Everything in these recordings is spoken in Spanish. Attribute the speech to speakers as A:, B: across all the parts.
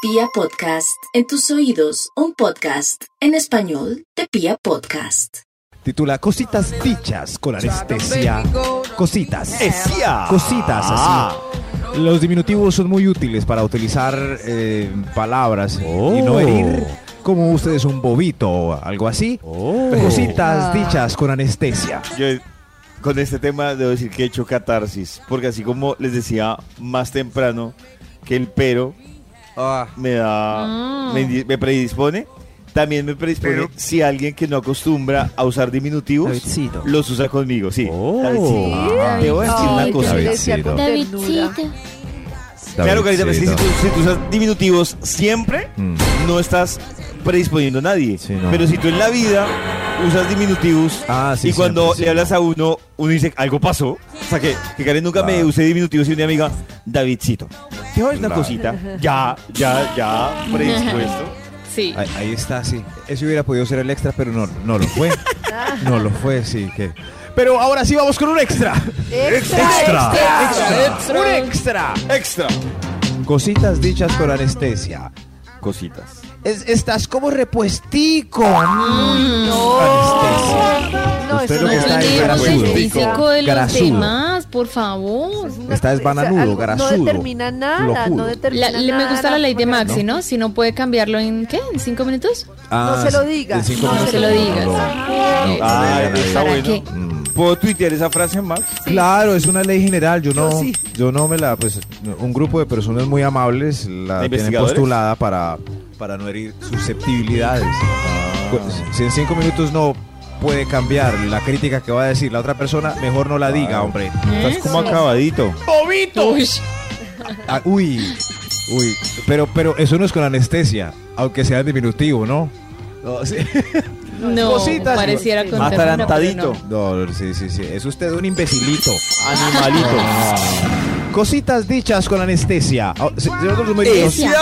A: Pia Podcast, en tus oídos, un podcast en español de Pia Podcast.
B: Titula Cositas dichas con anestesia. Cositas.
C: Esia.
B: Cositas
C: Ah.
B: así. Los diminutivos son muy útiles para utilizar eh, palabras
C: Oh.
B: y no herir como ustedes un bobito o algo así.
C: Oh.
B: Cositas dichas con anestesia.
C: Yo con este tema debo decir que he hecho catarsis, porque así como les decía más temprano que el pero me da me, indi- me predispone, también me predispone si alguien que no acostumbra a usar diminutivos
B: Davidcito.
C: los usa conmigo, sí.
B: Oh.
C: Davidcito.
B: Ah,
C: Debo decir una
B: Davidcito.
C: cosa.
B: Davidcito.
D: Davidcito.
C: Claro, Carita, pero es que si tú, si tú usas diminutivos siempre,
B: Mm.
C: no estás predisponiendo a nadie.
B: Sí, no.
C: Pero si tú en la vida usas diminutivos
B: Ah, sí,
C: y cuando
B: siempre, sí,
C: le hablas a uno, uno dice, algo pasó. O sea, que, que Karen nunca me
B: Claro.
C: usé diminutivos y una amiga, Davidcito. Te voy a decir una
B: Claro.
C: cosita. Ya, ya, ya, predispuesto.
E: Sí.
B: Ahí, ahí está, sí. Eso hubiera podido ser el extra, pero no, no lo fue. No lo fue, sí. Que... Pero ahora sí vamos con un extra.
D: Extra,
B: Un extra.
C: Extra.
B: Cositas dichas con anestesia.
C: Cositas.
B: Es- estás como repuestico.
D: Mm,
B: Anestesia.
D: No,
B: Usted
D: eso
B: lo que
D: no
B: está pues, es
D: tiene
B: grasudo.
D: el físico
E: de los
B: Grasudo.
E: demás, por favor.
B: Está
D: una cosa-
B: desbananudo,
D: algo-
B: grasudo,
D: No determina nada,
B: flojudo.
D: no determina
E: La- le- me gusta
D: nada,
E: la ley de
D: como que-
E: Maxi, ¿no? Si no puede cambiarlo en, ¿qué? ¿En cinco minutos?
B: Ah,
D: No se lo
B: sí,
D: digas,
B: en cinco
D: no
B: minutos.
E: se lo digas.
B: No, no, no,
C: Ah,
B: no,
C: está
B: no,
E: ¿Para
C: bueno.
E: qué?
B: Mm.
C: ¿Puedo tuitear esa frase, Max?
B: Claro, es una ley general. Yo no, yo no me la, pues, un grupo de personas muy amables la
C: ¿De
B: tienen
C: investigadores?
B: postulada para, para no herir susceptibilidades.
E: Ah.
B: Pues,
C: Ah.
B: Si en cinco minutos no puede cambiar la crítica que va a decir la otra persona, mejor no la diga, hombre.
C: Estás como acabadito.
E: Uy,
B: Ah, uy, uy, pero, pero eso no es con anestesia, aunque sea diminutivo, ¿no? No, sí.
E: no,
B: Cositas.
E: pareciera con
C: Atarantadito.
B: No, sí, sí, sí. Es usted un imbecilito. Ah.
C: Animalito.
B: Cositas dichas con anestesia. Ah, se- se- otros números.
E: Esia.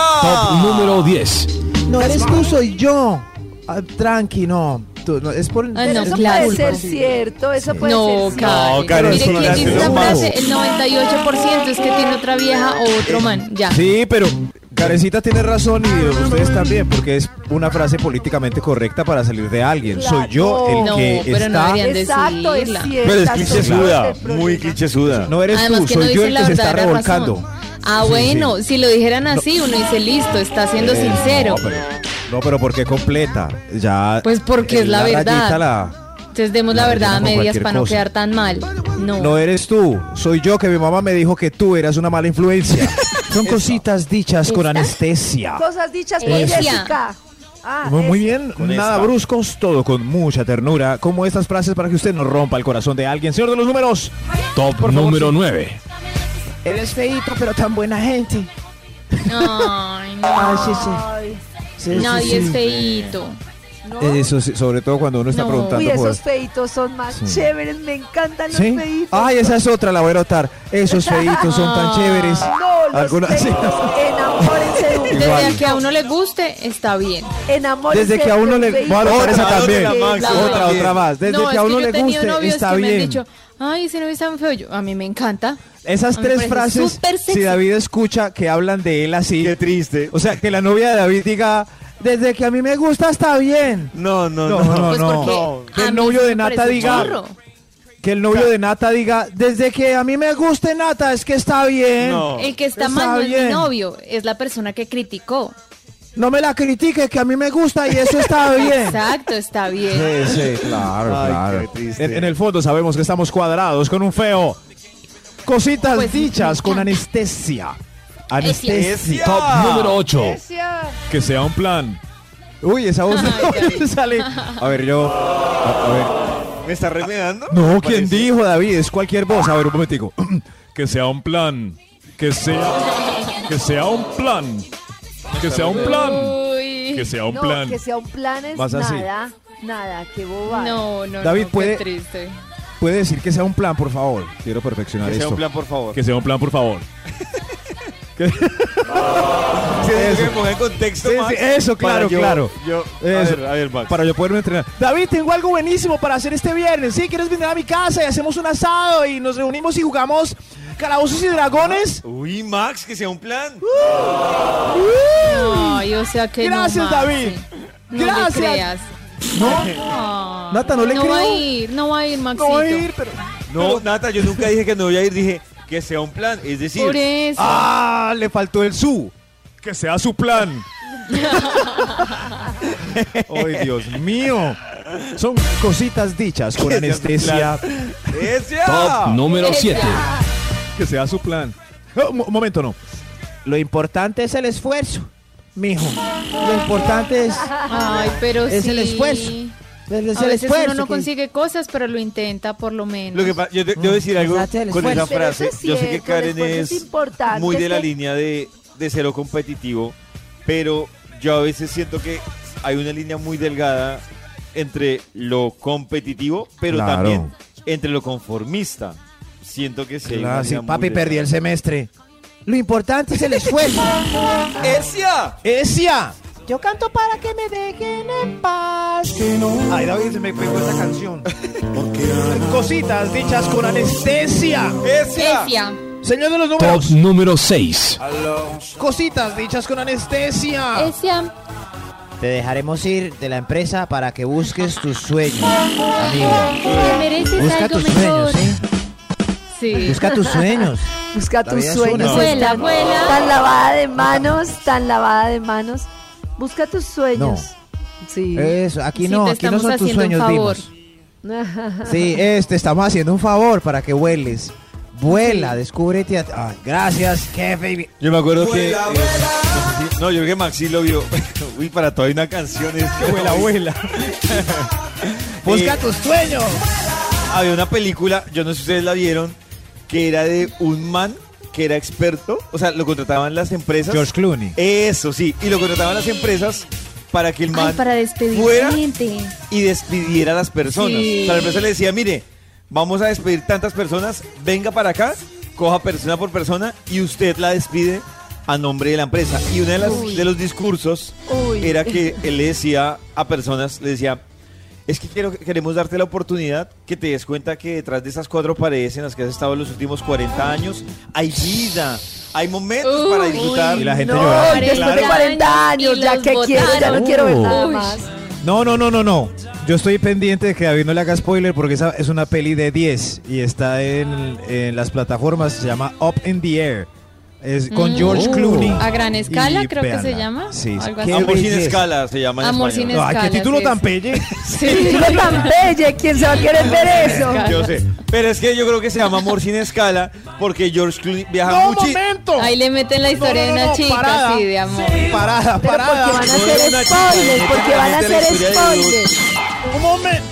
F: número 10.
B: No eres tú, soy yo. Ah, tranqui, no. Tú, no, Es por
E: Ah,
D: Pero
E: no,
D: eso
E: claro.
D: puede ser cierto, eso puede
E: No,
D: ser cierto.
E: Karen.
C: Karen,
E: Mire
C: es una
E: quién dice esa
C: lástima.
E: frase, el 98% es que tiene otra vieja o otro man. Ya.
B: Eh, Sí, pero Karencita tiene razón
E: Ah,
B: y ustedes también, porque es una frase políticamente correcta para salir de alguien. Soy yo el
E: No,
B: que
E: pero no
B: está.
E: deberían
D: Exacto, es
E: decirla.
D: cierto.
C: Pero es
D: cliché
C: clichésuda.
E: este
C: Muy clichésuda.
B: No eres
E: Además
B: tú,
E: que no
B: soy yo
E: dicen
B: el
E: la
B: que se está
E: verdadera
B: revolcando.
E: razón. Ah,
B: Sí, sí.
E: bueno, si lo dijeran así, uno dice listo, está siendo
B: Eh,
E: sincero.
B: No, pero, no, pero ¿por qué completa? Ya.
E: Pues porque es
B: eh,
E: la verdad.
B: rayita la-
E: Entonces demos la
B: No,
E: verdad a
B: no,
E: medias
B: cualquier
E: para no
B: cosa.
E: quedar tan mal.
B: No eres tú, soy yo que mi mamá me dijo que tú eras una mala influencia. Son cositas dichas con anestesia.
D: Cosas dichas por
E: Esia.
D: Jessica. Ah,
B: Muy, muy
D: es-
B: bien,
C: Con
B: nada
C: esta.
B: bruscos, todo con mucha ternura, como estas frases para que usted no rompa el corazón de alguien. Señor de los números,
F: Top
B: Por favor,
F: número 9.
G: Eres feíto, pero tan buena gente.
E: Ay, no.
G: Ah, sí, sí.
D: Ay,
G: Sí, sí,
E: Nadie
G: sí.
E: es feíto.
D: ¿no?
B: eso sí, sobre todo cuando uno está
E: No.
B: preguntando
D: Uy,
B: por...
D: esos feitos son más
B: Sí.
D: chéveres, me encantan los
B: ¿Sí? Ah.
D: feitos.
B: Ay, esa es otra, la voy a notar. Esos feitos son
E: Ah,
B: tan chéveres.
D: No, los
B: Algunas-
D: feitos, enamórense de un
E: Desde
B: Igual.
E: que a uno le guste, está bien.
D: enamórense
B: Desde que a
D: de
B: uno
D: un
B: le...
D: feito.
B: Voy a anotar
C: Otra,
B: esa
C: otra,
B: también.
E: Max,
B: Otra,
E: otra.
B: otra más. Desde
E: no,
B: que
E: es
B: a uno
E: yo he
B: le
E: tenido
B: guste,
E: novios
B: está
E: que Me han
B: bien.
E: dicho, Ay, ese novio es tan feo. Yo, a mí me encanta.
B: Esas
E: A mí me
B: tres
E: parece
B: frases,
E: súper sexy.
B: si David escucha que hablan de él así,
C: Qué triste.
B: o sea, que la novia de David diga, desde que a mí me gusta está bien.
C: No, no,
B: No,
C: no.
B: no,
E: Pues
B: no.
E: porque
B: Que
E: a
B: el
E: mí
B: novio
E: sí
B: de
E: me
B: Nata
E: parece
B: diga,
E: churro.
B: que el novio de Nata diga, desde que a mí me guste Nata es que está bien.
C: No.
E: El que está,
B: Está
E: mal no es
B: bien.
E: mi novio, es la persona que criticó.
B: No me la critique, que a mí me gusta y eso está bien.
E: Exacto, está bien.
B: Sí, sí, claro,
C: Ay,
B: claro.
C: qué triste.
B: En, en el fondo sabemos que estamos cuadrados con un feo. Cositas
E: Pues,
B: dichas con
E: ya.
B: anestesia. Anestesia.
C: Esia.
B: Top
F: Número 8.
D: Esia.
B: Que sea un plan. Uy, esa voz
E: Ay,
B: sale. A ver, yo. A, a ver.
C: ¿Me está remedando?
B: No,
C: Me
B: ¿quién
C: parece.
B: dijo, David? Es cualquier voz. A ver, un momentico. que sea un plan. Que sea. Que sea un plan. Que sea un plan.
E: Uy.
F: sea
D: No, que sea un plan es
B: Vas así.
D: nada, nada, qué bobada.
E: No, no,
B: David,
E: no, qué
B: ¿puede-
E: triste.
B: ¿Puede decir que sea un plan, por favor? Quiero perfeccionar
C: Que sea
B: esto.
C: un plan, por favor.
F: Que sea un plan, por favor.
C: Sí,
B: Eso.
C: que me ponga en contexto,
B: Sí,
C: Max,
B: sí, eso,
C: para
B: claro,
C: yo-
B: claro.
C: yo-
B: Eso.
C: A ver, a ver, Max.
B: Para yo poderme entrenar. David, tengo algo buenísimo para hacer este viernes. ¿Sí? ¿Quieres venir a mi casa y hacemos un asado y nos reunimos y jugamos calabozos y dragones? Uh,
C: Uy, Max, que sea un plan.
E: No, sea que no
G: Gracias,
E: más,
G: David.
E: sí. No le
G: Gracias.
E: creas. No.
B: Nata, ¿no le
E: No
B: creo?
E: va a ir, no va a ir, Maxito.
G: No voy a ir, pero.
C: No, Nata, yo nunca dije que no voy a ir, dije que sea un plan. Es decir,
E: Por eso.
B: Ah, le faltó el su.
F: Que sea su plan.
B: Ay, Dios mío. Son cositas dichas con anestesia.
C: ¡Ese!
F: Top
E: Ah,
F: número 7.
B: Que sea su plan. Oh, mo- momento, no. Lo importante es el esfuerzo, mijo. Lo importante es,
E: Ay, pero
G: Es
E: sí.
G: el esfuerzo. es
E: a
G: el
E: veces
G: esfuerzo.
E: uno no
G: que-
E: consigue cosas, pero lo intenta por lo menos.
C: Lo que pa- yo te- debo decir algo
G: Trate Mm. del
C: con
G: esfuerzo.
C: esa
D: Pero
C: frase.
D: eso es
C: yo sé que
D: cierto, el
C: Karen
D: esfuerzo
C: es
D: importante,
C: muy de
D: es
C: la
D: que-
C: línea de, de cero competitivo, pero yo a veces siento que hay una línea muy delgada entre lo competitivo, pero
B: Claro.
C: también entre lo conformista. Siento que sí. hay una
B: Claro, sí,
C: línea muy
B: papi,
C: delgada.
B: perdí el semestre. Lo importante es el esfuerzo.
C: ¡Esia!
B: ¡Esia!
G: Yo canto para que me dejen en paz.
B: Ay, David, se me pegó esa canción. Cositas dichas con anestesia.
C: ¡Esia!
E: Esia.
B: Señor de los
F: Top
B: números.
F: número 6.
B: Cositas dichas con anestesia.
E: Esia.
G: Te dejaremos ir de la empresa para que busques tus sueños, amigo.
E: Te mereces
G: Busca
E: algo
G: tus
E: mejor.
G: sueños, ¿eh? ¿sí?
E: Sí.
G: Busca tus sueños.
D: Busca
G: La
D: tus
G: vida es
D: sueños.
G: una.
E: Vuela,
D: tan-
E: vuela.
D: Tan lavada de manos, tan lavada de manos. Busca tus sueños. Sí.
G: Eso, aquí
E: Sí,
G: no,
E: te
G: aquí no
E: estamos
G: son tus
E: haciendo un
G: sueños,
E: favor.
G: vimos. Sí, es, te estamos haciendo un favor para que vueles. Vuela, descúbrete. a- ah, gracias, jefe. y-
C: Yo me acuerdo que. eh, no, yo creo que Maxi lo vio. Uy, para toda una canción es que
B: Abuela, abuela.
G: Busca
C: Eh,
G: tus sueños.
C: Había una película, yo no sé si ustedes la vieron, que era de un man que era experto, o sea, lo contrataban las empresas.
B: George Clooney.
C: Eso sí, y lo contrataban las empresas para que el man
E: Ay, para despedir
C: fuera
E: gente.
C: y despidiera a las personas.
E: Sí.
C: O sea, la empresa le decía, mire, vamos a despedir tantas personas, venga para acá, coja persona por persona y usted la despide a nombre de la empresa. Y uno de, las-
E: Uy.
C: de los discursos
D: Uy.
C: era que él le decía a personas, le decía, es que quiero, queremos darte la oportunidad que te des cuenta que detrás de esas cuatro paredes en las que has estado los últimos 40 años, hay vida, hay momentos para
E: Uy.
C: disfrutar.
B: Y la gente
D: No,
B: lloraba.
D: y después de
E: Claro.
D: 40 años,
E: Y
D: ya
E: los
D: que quiero, ya
E: botaron.
D: no quiero ver nada
E: Uy.
D: más.
B: No, no, no, no, no. Yo estoy pendiente de que David no le haga spoiler porque esa es una peli de 10 y está en, en las plataformas. Se llama Up in the Air. Es con
E: Mm.
B: George
E: Oh.
B: Clooney.
E: A gran escala,
B: Y
E: creo que se
B: véanla.
E: llama,
B: Sí, sí.
E: algo así.
B: Qué
C: Amor sin
B: belleza.
C: escala se llama en
E: Amor
C: español.
E: sin
B: No, ah, qué
E: escala,
B: título
E: sí,
B: tan
E: sí.
B: pelle.
E: Sí.
D: Lo tan belle, ¿quién se va a querer ver eso?
C: Yo sé. Pero es que yo creo que se llama Amor sin escala porque George Clooney viaja
B: ¡No,
C: mucho.
B: momento!
E: Ahí le meten la
B: No,
E: historia
B: no,
E: de una
B: no,
E: chica
B: parada.
E: así de amor.
B: Parada,
D: Pero porque van a
B: parada.
D: hacer spoilers, porque van a hacer spoilers.
B: Un momento.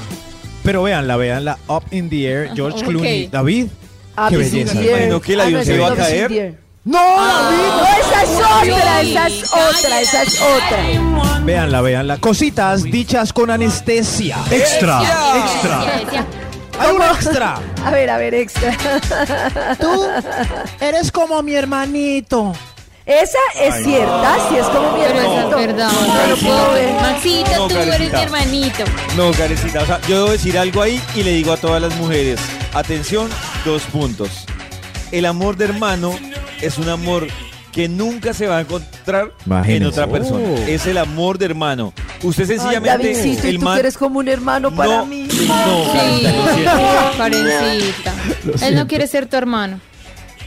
B: Pero véanla, véanla. Up in the Air, George
E: Ok.
B: Clooney. David.
D: Ah,
B: Qué
D: pues,
B: belleza, Ah.
D: sí,
B: me
D: bien.
C: imagino que el
D: Ah,
C: avión
D: no,
C: se
D: ese
C: iba a
D: no es
C: caer.
D: Indier.
B: ¡No,
D: No, esa es otra, esa es otra, esa es otra.
B: David! Véanla, véanla. Cositas dichas con anestesia. Extra,
E: Decía, decía,
B: Hay un extra.
D: A ver, a ver, extra.
G: Tú eres como mi hermanito.
D: Esa es cierta, sí es como mi
E: Pero esa es
D: hermanito.
E: verdad.
D: No lo puedo ver.
E: Maxito,
C: No,
E: tú eres
C: Karencita.
E: mi hermanito.
C: No, carecita. O sea, yo debo decir algo ahí y le digo a todas las mujeres: atención, dos puntos. El amor de hermano es un amor que nunca se va a encontrar en
B: Imagínense.
C: otra persona.
B: Oh.
C: Es el amor de hermano. Usted
D: Ay,
C: sencillamente.
D: Davidcito, y
C: el
D: tú
C: man-
D: que eres como un hermano para
C: no,
D: mí.
C: No,
E: Sí,
C: Karencita, lo siento.
E: Karencita. Él no quiere ser tu hermano.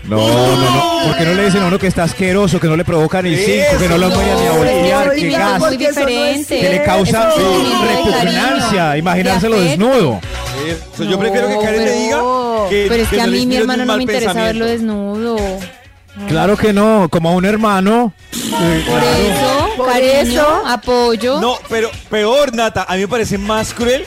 B: No, no, no. ¿Por qué no le dicen a uno que está asqueroso, que no le provocan el 5, que no lo
C: Eso.
B: vayan ni a
D: No,
B: voltear,
D: señor,
B: que
E: Porque
D: dígame
B: gas,
E: es muy
D: porque eso no es
E: diferente.
B: que le
D: cierto.
B: causa eh,
D: Eso es
E: un
B: repugnancia,
E: cariño,
B: imaginárselo
E: de afecto.
B: desnudo.
C: Eso, yo prefiero que Karen
E: pero-
C: me diga que.
E: Pero es que, a
C: no le
E: mí mi
C: inspire
E: hermano
C: un
E: no
C: mal
E: me interesa verlo
C: pensamiento.
E: desnudo.
B: Claro que no, como a un hermano.
E: Por eso,
D: Por
E: cariño,
D: eso.
E: apoyo.
C: No, pero peor, Nata. A mí me parece más cruel.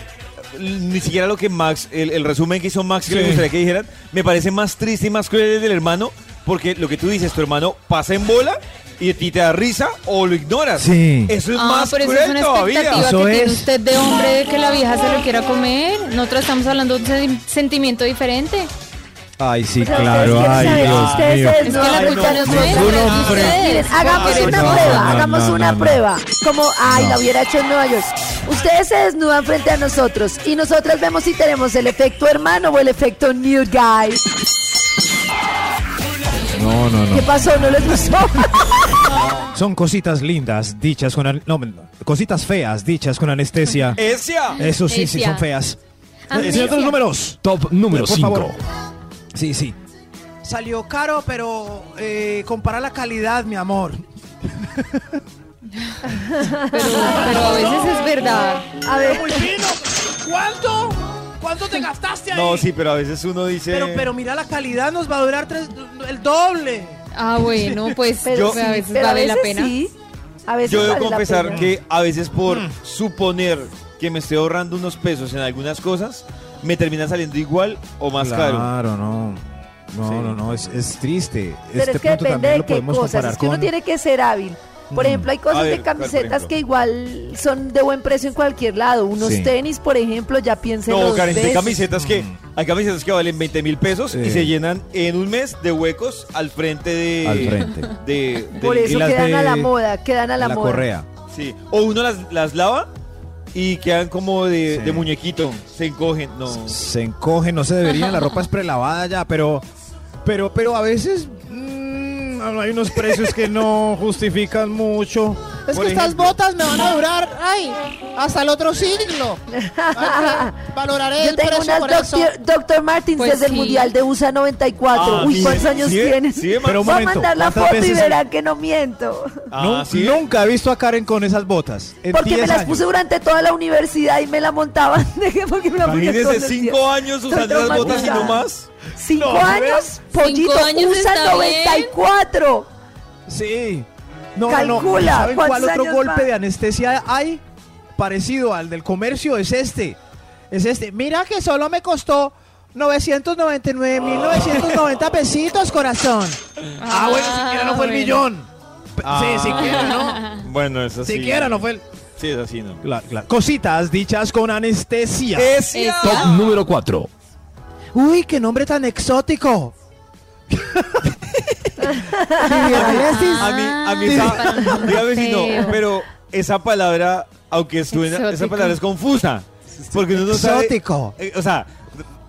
C: Ni siquiera lo que Max, el, el resumen que hizo Max, que
B: Sí.
C: le gustaría que dijeran, me parece más triste y más cruel el del hermano, porque lo que tú dices, tu hermano pasa en bola y a ti te da risa o lo ignoras.
B: Sí.
C: Eso es
E: Ah,
C: más
E: pero eso
C: cruel
E: es una expectativa
C: todavía.
B: Eso
E: que tiene
B: es.
E: usted de hombre de que la vieja se lo quiera comer. Nosotros estamos hablando de un sen- sentimiento diferente.
B: Ay, sí,
D: O sea,
B: claro.
D: ustedes
B: Ay,
D: quieren saber
B: Dios
D: ustedes
B: mío.
D: es
E: Es que
D: no,
E: la
D: ay,
E: culpa
D: no.
E: no es nuestra.
B: Ningún
E: es de
B: hombre.
E: ustedes.
D: Miren, hagamos
E: Pero
D: una
E: no.
D: prueba,
B: no,
D: hagamos
B: no,
D: una
B: no.
D: prueba. Como, ay,
B: No.
D: la hubiera hecho en Nueva York. Ustedes se desnudan frente a nosotros y nosotras vemos si tenemos el efecto hermano o el efecto new guy.
B: No, no,
D: ¿Qué
B: no.
D: pasó? ¿No les gustó?
B: Son cositas lindas, dichas con... an- No, no, cositas feas, dichas con anestesia.
C: ¡Esia!
B: Eso sí, sí,
E: Anestesia.
B: son feas.
E: Amnesia.
B: Señor de los números.
F: Top número
B: Por
F: 5.
B: favor. Sí, sí. Salió caro, pero
G: eh,
B: compara la calidad, mi amor.
E: Pero, pero a veces es verdad.
D: A ver,
G: ¿Cuánto? ¿Cuánto te gastaste ahí?
C: No, sí, pero a veces uno dice...
G: Pero, pero mira, la calidad nos va a durar tres- el doble.
E: Ah, bueno, pues
D: pero sí,
E: a veces
D: pero a
E: vale la
D: veces
E: pena.
D: sí, a veces
C: Yo debo
D: vale la
C: confesar
D: pena. Mm.
C: que a veces por suponer que me estoy ahorrando unos pesos en algunas cosas, me termina saliendo igual o más caro.
B: Claro, no. No,
C: Sí.
B: no, no, es, es triste.
D: Pero
B: este
D: es que
B: punto
D: depende
B: también
D: de
B: lo
D: qué
B: podemos
D: cosas.
B: comparar
D: Es que uno
B: con-
D: tiene que ser hábil. Por
B: Mm.
D: ejemplo, hay cosas
C: A ver,
D: de
C: ¿cuál, por
D: camisetas
C: ejemplo?
D: que igual son de buen precio en cualquier lado. Unos
B: Sí.
D: tenis, por ejemplo, ya piensen
C: No,
D: dos
C: Karen, hay
D: veces.
C: camisetas que hay camisetas que valen 20 mil pesos y
B: Mm. Sí.
C: se llenan en un mes de huecos al frente de.
B: Al frente.
C: de- de-
D: Por
B: y
D: eso
B: las
D: quedan a la
B: de-
D: moda, quedan a la,
B: La,
D: moda.
B: correa.
C: sí. O uno las, las lava y quedan como de,
B: Sí.
C: de muñequito. Se encogen. No.
B: Se encoge, no se debería, la ropa es prelavada ya, pero pero pero a veces mm, hay unos precios que no justifican mucho.
G: Es
B: Por
G: que estas
B: ejemplo,
G: botas me van a durar, ay, hasta el otro siglo. Ay,
D: Yo
G: Valoraré el
D: tengo
G: precio
D: unas
G: por eso.
D: Dr. Dr. Martins
E: Pues
D: desde el
E: sí.
D: Mundial de USA 94.
C: Ah,
D: Uy,
C: sí,
D: ¿cuántos
C: sí,
D: años
C: sí,
D: tienes?
C: sí, Max.
B: Pero un
D: Voy a
B: momento,
D: mandar la
B: ¿cuántas
D: foto y
B: veces-
D: verán que no miento.
C: Ah,
B: Nun-
C: ¿sí?
B: Nunca he visto a Karen con esas botas. En
D: Porque me
B: 10
D: las
B: años.
D: puse durante toda la universidad y me la montaban. Dejé porque me la puse
C: Imagínese
D: todos los días.
C: cinco años usando las botas y no más.
D: Cinco
B: No,
D: años, pollito,
E: años
D: usa
E: está bien.
D: 94.
B: Sí. No, no, no.
D: Calcula,
B: ¿Saben
D: ¿cuántos
B: cuál otro
D: años
B: golpe
D: más?
B: de anestesia hay parecido al del comercio? Es este. Es este.
G: Mira que solo me costó 999.990 pesitos, corazón.
B: Ah, bueno, siquiera no fue el
E: bueno.
B: millón. Pe-
C: Ah. Pues
B: Sí, siquiera, ¿no?
C: Bueno, es así.
B: Siquiera no fue el...
C: Sí, es así, no.
B: La- la- Cositas dichas con anestesia.
D: Ah.
E: Esa.
F: Top número 4.
G: Uy, qué nombre tan exótico. Liberalesis.
C: A mí, a mí
E: Ah,
C: esa-
E: para no
C: dígame si no,
E: feo.
C: pero esa palabra, aunque suena, esa
E: Exótico.
C: palabra es confusa. Porque uno no sabe-
G: Exótico.
C: eh, o sea,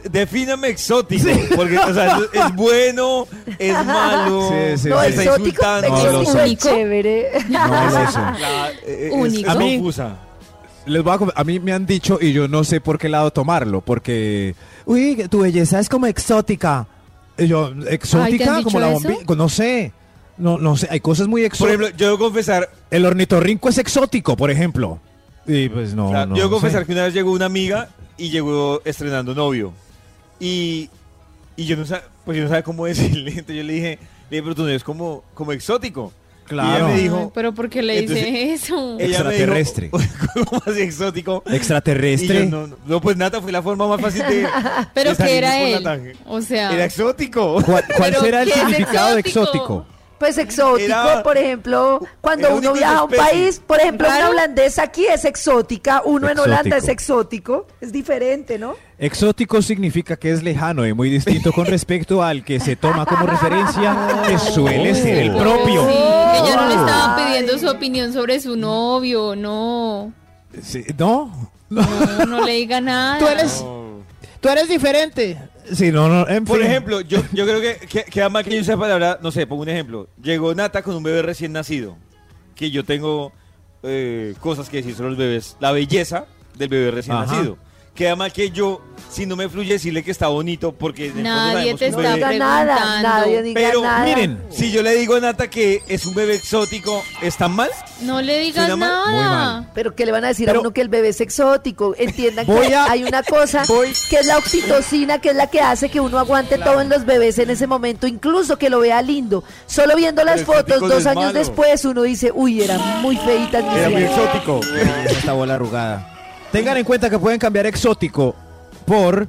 C: d- defíname exótico. Porque, o sea, es, es bueno, es malo.
B: Sí, sí,
D: no,
B: sí.
C: está
D: exótico,
C: insultando.
B: No,
D: exótico
B: lo
D: es
E: único.
D: chévere.
B: No es eso.
C: La- eh, es,
E: Único.
C: es
B: A mí-
C: confusa.
B: Les voy a, com- a mí me han dicho y yo no sé por qué lado tomarlo, porque
G: Uy, que tu belleza es como exótica.
B: y yo exótica
E: dicho
B: como la
E: eso?
B: bombilla, no sé. No, no sé, hay cosas muy
C: Por
B: exóticas.
C: ejemplo, yo debo confesar,
B: El ornitorrinco es exótico, por ejemplo. Y pues no,
C: claro,
B: no
C: yo debo confesar
B: sé.
C: que una vez llegó una amiga y llegó estrenando novio. Y, y yo no sabía, pues yo no sabía cómo decirle. Entonces yo le dije, le dije, pero tu novio es como, como exótico. Y ella
B: Claro.
C: me dijo,
E: pero ¿por qué le dice eso?
C: Ella me
B: Extraterrestre.
C: dijo, ¿Cómo así exótico? Y yo,
B: Extraterrestre.
C: no, no, no, pues Nata fue la forma más fácil de.
E: Pero
C: de salir
E: que era
C: por la
E: él.
C: tangente.
E: O sea,
C: Era exótico.
B: ¿Cuál, cuál
E: Pero
B: será el
E: ¿qué es
B: significado de exótico?
E: exótico?
D: Pues exótico,
C: Era-
D: por ejemplo, cuando
C: era
D: uno
C: único en
D: viaja a
C: su
D: un
C: especie.
D: país, por ejemplo, una
E: Claro.
D: holandesa aquí es exótica, uno en
B: Exótico.
D: Holanda es exótico, es diferente, ¿no?
B: Exótico significa que es lejano y muy distinto con respecto al que se toma como referencia, que suele ser el
F: Oh.
B: propio.
E: Sí, que ya no le
D: Oh.
E: estaban pidiendo su opinión sobre su novio, no.
B: Sí, ¿No?
E: No, no le diga nada.
G: Tú eres, tú eres diferente.
B: Sí, no, no. En
C: Por
B: fin.
C: ejemplo, yo, yo creo que, que- queda mal que yo use la palabra, no sé, pongo un ejemplo. Llegó Nata con un bebé recién nacido, que yo tengo eh, cosas que decir sobre los bebés. La belleza del bebé recién
B: Ajá.
C: nacido. Queda mal que yo, si no me fluye, decirle que está bonito, porque en el fondo
E: Nadie
C: sabemos
E: te
C: que un
E: está
C: bebé-
D: Diga nada,
E: preguntando.
D: nadie diga
C: Pero
D: nada.
B: miren,
C: Si yo le digo a Nata que es un bebé exótico, ¿está mal?
E: No le digas
C: Suena mal.
E: nada.
D: Pero que le van a decir a
B: Pero-
D: uno que el bebé es exótico. Entiendan
B: Voy
D: que
B: a-
D: hay una cosa
B: voy-
D: que es la oxitocina, que es la que hace que uno aguante todo en los bebés en ese momento, incluso que lo vea lindo. Solo viendo
C: Pero
D: las
C: el
D: fotos,
C: exótico no
D: dos
C: es
D: años
C: malo.
D: después, uno dice, uy, eran muy feitas mis
C: Era muy
D: hijas".
C: exótico.
B: Esta bola arrugada. Tengan en cuenta que pueden cambiar exótico por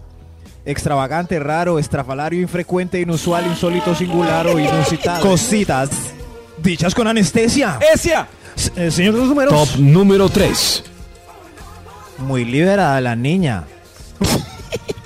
B: extravagante, raro, estrafalario, infrecuente, inusual, insólito, singular o inusitado. Cositas dichas con anestesia.
C: ¡Esia!
B: S- eh, señor de los números.
F: Top número 3.
B: Muy liberada la niña.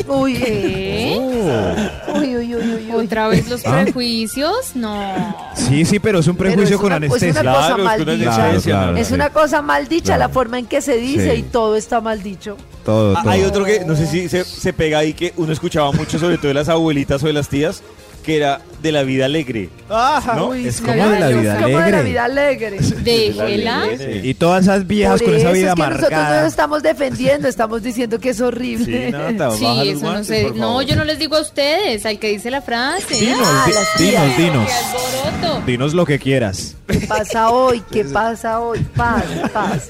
D: Uy, eh.
E: ¿Qué?
D: uy, uy, uy, uy, uy.
E: ¿Otra vez los
B: Ah.
E: prejuicios? No.
B: Sí, sí, pero es un prejuicio
D: Pero es
B: con
D: una- es
B: anestesia.
D: una cosa
C: Claro, es que una
D: maldita.
C: anestesia,
B: Claro,
C: ¿no?
B: claro.
D: Es una cosa mal dicha
B: Claro.
D: la forma en que se dice
B: Sí.
D: y todo está mal dicho.
B: Todo,
C: Ah,
B: todo.
C: Hay otro que, no sé si se, se pega ahí, que uno escuchaba mucho, sobre todo de las abuelitas o de las tías, que que era de la vida alegre. ¿no?
B: es
D: Ay,
B: como de la
D: es
B: vida
D: como de la
B: alegre.
D: vida alegre.
E: Déjela.
B: Y todas esas viejas
D: Por
B: con esa
D: eso
B: vida
D: es que nosotros no lo
B: amargada.
D: estamos defendiendo, estamos diciendo que es horrible.
C: Sí, Nata,
E: Sí,
C: baja los
E: eso no
C: guantes,
E: sé.
C: por
E: No,
C: favor.
E: yo no les digo a ustedes, al que dice la frase.
B: Dinos,
D: Ah,
B: di-
D: las
B: dinos,
D: tías.
B: dinos.
E: ¡Qué alboroto!
B: Dinos lo que quieras.
D: ¿Qué pasa hoy? ¿Qué pasa hoy? Paz, paz.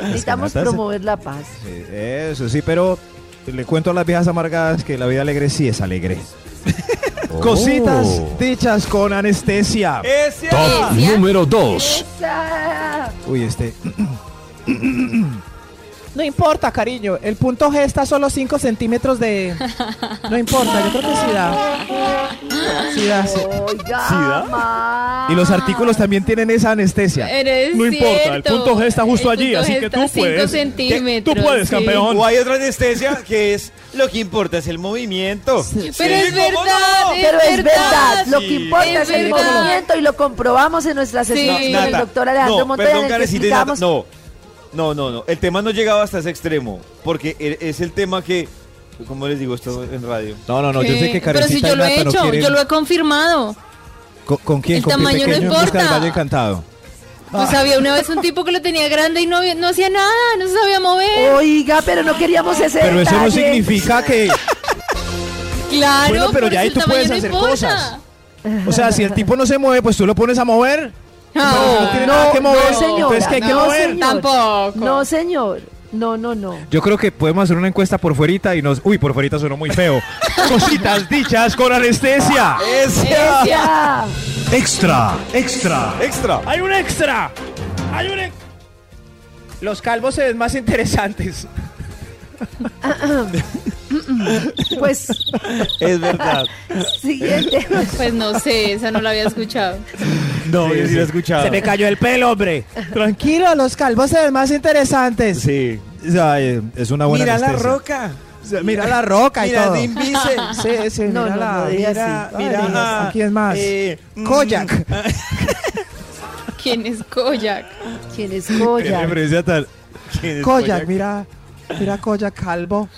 D: Necesitamos
B: Nata se-
D: promover la paz.
B: Sí, Eso sí, pero le cuento a las viejas amargadas que la vida alegre sí es alegre. Oh. Cositas
E: Oh.
B: dichas con anestesia.
E: Eh.
C: ¡Ese!
F: Top
E: ¿Sí?
F: número 2.
D: ¡Esa!
B: Uy, este.
H: No importa, cariño. El punto G está solo 5 centímetros de. No importa, yo creo que sí da. Sí da, sí.
D: Oiga,
C: ¿Sí da?
D: ma.
B: Y los artículos también tienen esa anestesia.
E: Eres
I: No importa, el
E: cierto.
I: punto G está justo
E: El
I: allí,
E: punto
I: así
E: G
I: que
E: está
I: tú
E: a cinco
I: puedes.
E: centímetros,
I: Tú puedes,
E: sí.
I: campeón.
C: O hay otra anestesia que es lo que importa es el movimiento.
E: Pero
C: Sí,
E: es
C: ¿cómo no?
E: verdad, es
D: Pero es verdad, eh.
E: verdad.
D: lo que importa
E: Es
D: es, el
E: verdad.
D: movimiento y lo comprobamos en nuestra
E: Sí.
D: sesión con el
C: Nata,
D: doctor Alejandro
C: no,
D: Montoya.
C: perdón,
D: en el que
C: Karencita y Nata,
D: explicamos-
C: no, no, no, no. El tema no llegaba hasta ese extremo, porque e- es el tema que, ¿cómo les digo esto en radio?
B: No, no, no, yo sé que
E: ¿Qué? Pero si
B: Karencita
E: yo
B: y
E: lo he
B: Nata no
E: hecho,
B: quieren-
E: yo lo he confirmado.
B: ¿Con, con quién?
E: el
B: ¿Con
E: tamaño no
B: pequeño en busca del
E: importa.
B: Valle Encantado?
E: No sabía una vez un tipo que lo tenía grande y no, había- no hacía nada, no se sabía mover.
D: Oiga, pero no queríamos ese
B: Pero eso no
D: detalle.
B: significa que...
E: claro,
B: Oh. Bueno, pero
E: por
B: ya
E: eso
B: ahí
E: el
B: tú
E: tamaño
B: puedes
E: no
B: hacer
E: importa.
B: cosas. O sea, si el tipo no se mueve, pues tú lo pones a mover.
E: No,
B: no tiene
E: no,
B: nada que
D: no,
B: mover.
D: señora,
B: Entonces, ¿qué hay que
D: no,
B: mover?
D: señor.
E: tampoco.
D: No, señor. No, no, no.
B: Yo creo que podemos hacer una encuesta por fuerita y nos... Uy, por fuerita sonó muy feo. Cositas dichas con anestesia.
D: Ya.
F: Extra, extra.
C: Extra.
H: ¡Hay un extra! ¡Hay un ex- Los calvos se ven más interesantes.
D: Pues,
C: Es verdad.
D: siguiente.
E: Pues no sé, esa no la había escuchado.
C: No, yo sí lo he escuchado.
H: Se me cayó el pelo, hombre. Tranquilo, los calvos se ven más interesantes.
C: Sí.
B: Ay, eh, es una buena
C: Mira la
B: anestesia.
C: roca.
H: Mira la roca y
C: Mira
H: todo.
C: Dean Vincent.
H: Sí, sí,
D: No,
H: mira
D: no,
H: la-
D: no diga
H: mira,
D: así.
H: ay,
C: Mira,
H: Dios,
C: ah,
H: aquí es más.
C: eh, mm,
H: Koyak.
E: ¿Quién es Koyak?
D: ¿Quién es
B: Qué
D: Goya?
B: referencia tan-
C: ¿Quién es
H: Koyak,
C: Bojack?
H: mira. Mira Koyak calvo.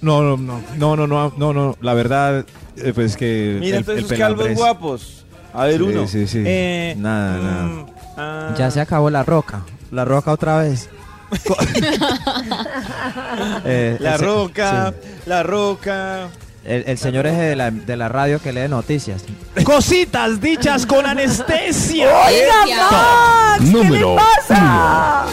B: No, no, no, no, no, no, no, no, la verdad, eh, pues que...
C: Mira
B: el-
C: todos
B: el
C: esos calvos
B: pelambrés.
C: guapos. A ver uno.
B: Sí, sí, sí.
C: Eh,
B: nada,
C: mm,
B: nada.
C: ah.
H: Ya se acabó la roca. La roca otra vez.
G: Eh,
C: La
G: el se-
C: roca,
G: sí.
C: la roca.
G: El, el señor es de la, de la radio que lee noticias.
B: Cositas dichas con anestesia.
D: Oiga,
E: Bestia.
D: Max, ¿qué
F: Número
D: le pasa?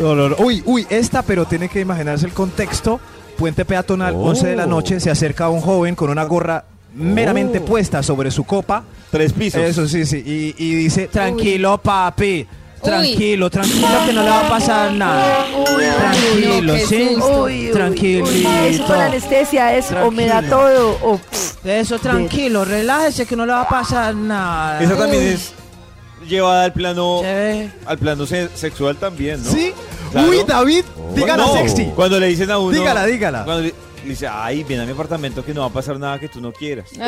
B: No, no, no. Uy, uy, esta, pero tiene que imaginarse el contexto. Puente peatonal, 11 de la noche, se acerca un joven con una gorra meramente puesta sobre su copa.
C: Tres pisos.
B: Eso sí, sí. Y, y dice, tranquilo, papi. Tranquilo, tranquilo.
H: Tranquilo que no le va a pasar nada. Tranquilo,
E: no, qué
H: ¿sí?
E: susto.
D: Uy, uy,
H: Tranquilito.
D: uy, Eso con anestesia es o me da todo o... pff,
H: Eso, tranquilo, relájese que no le va a pasar nada.
C: Esa también es llevada al plano,
H: Chévere.
C: al plano se- sexual también, ¿no?
B: Sí.
C: Claro.
B: Uy, David, dígala
C: No,
B: sexy.
C: Cuando le dicen a uno.
B: Dígala, dígala.
C: Cuando le, le dice, ay, ven a mi apartamento que no va a pasar nada que tú no quieras.
H: Te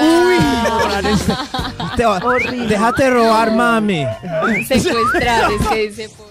H: va-
E: Ah,
D: Horrible.
H: Déjate robar, mami.
E: Secuestrar, es que dice. po-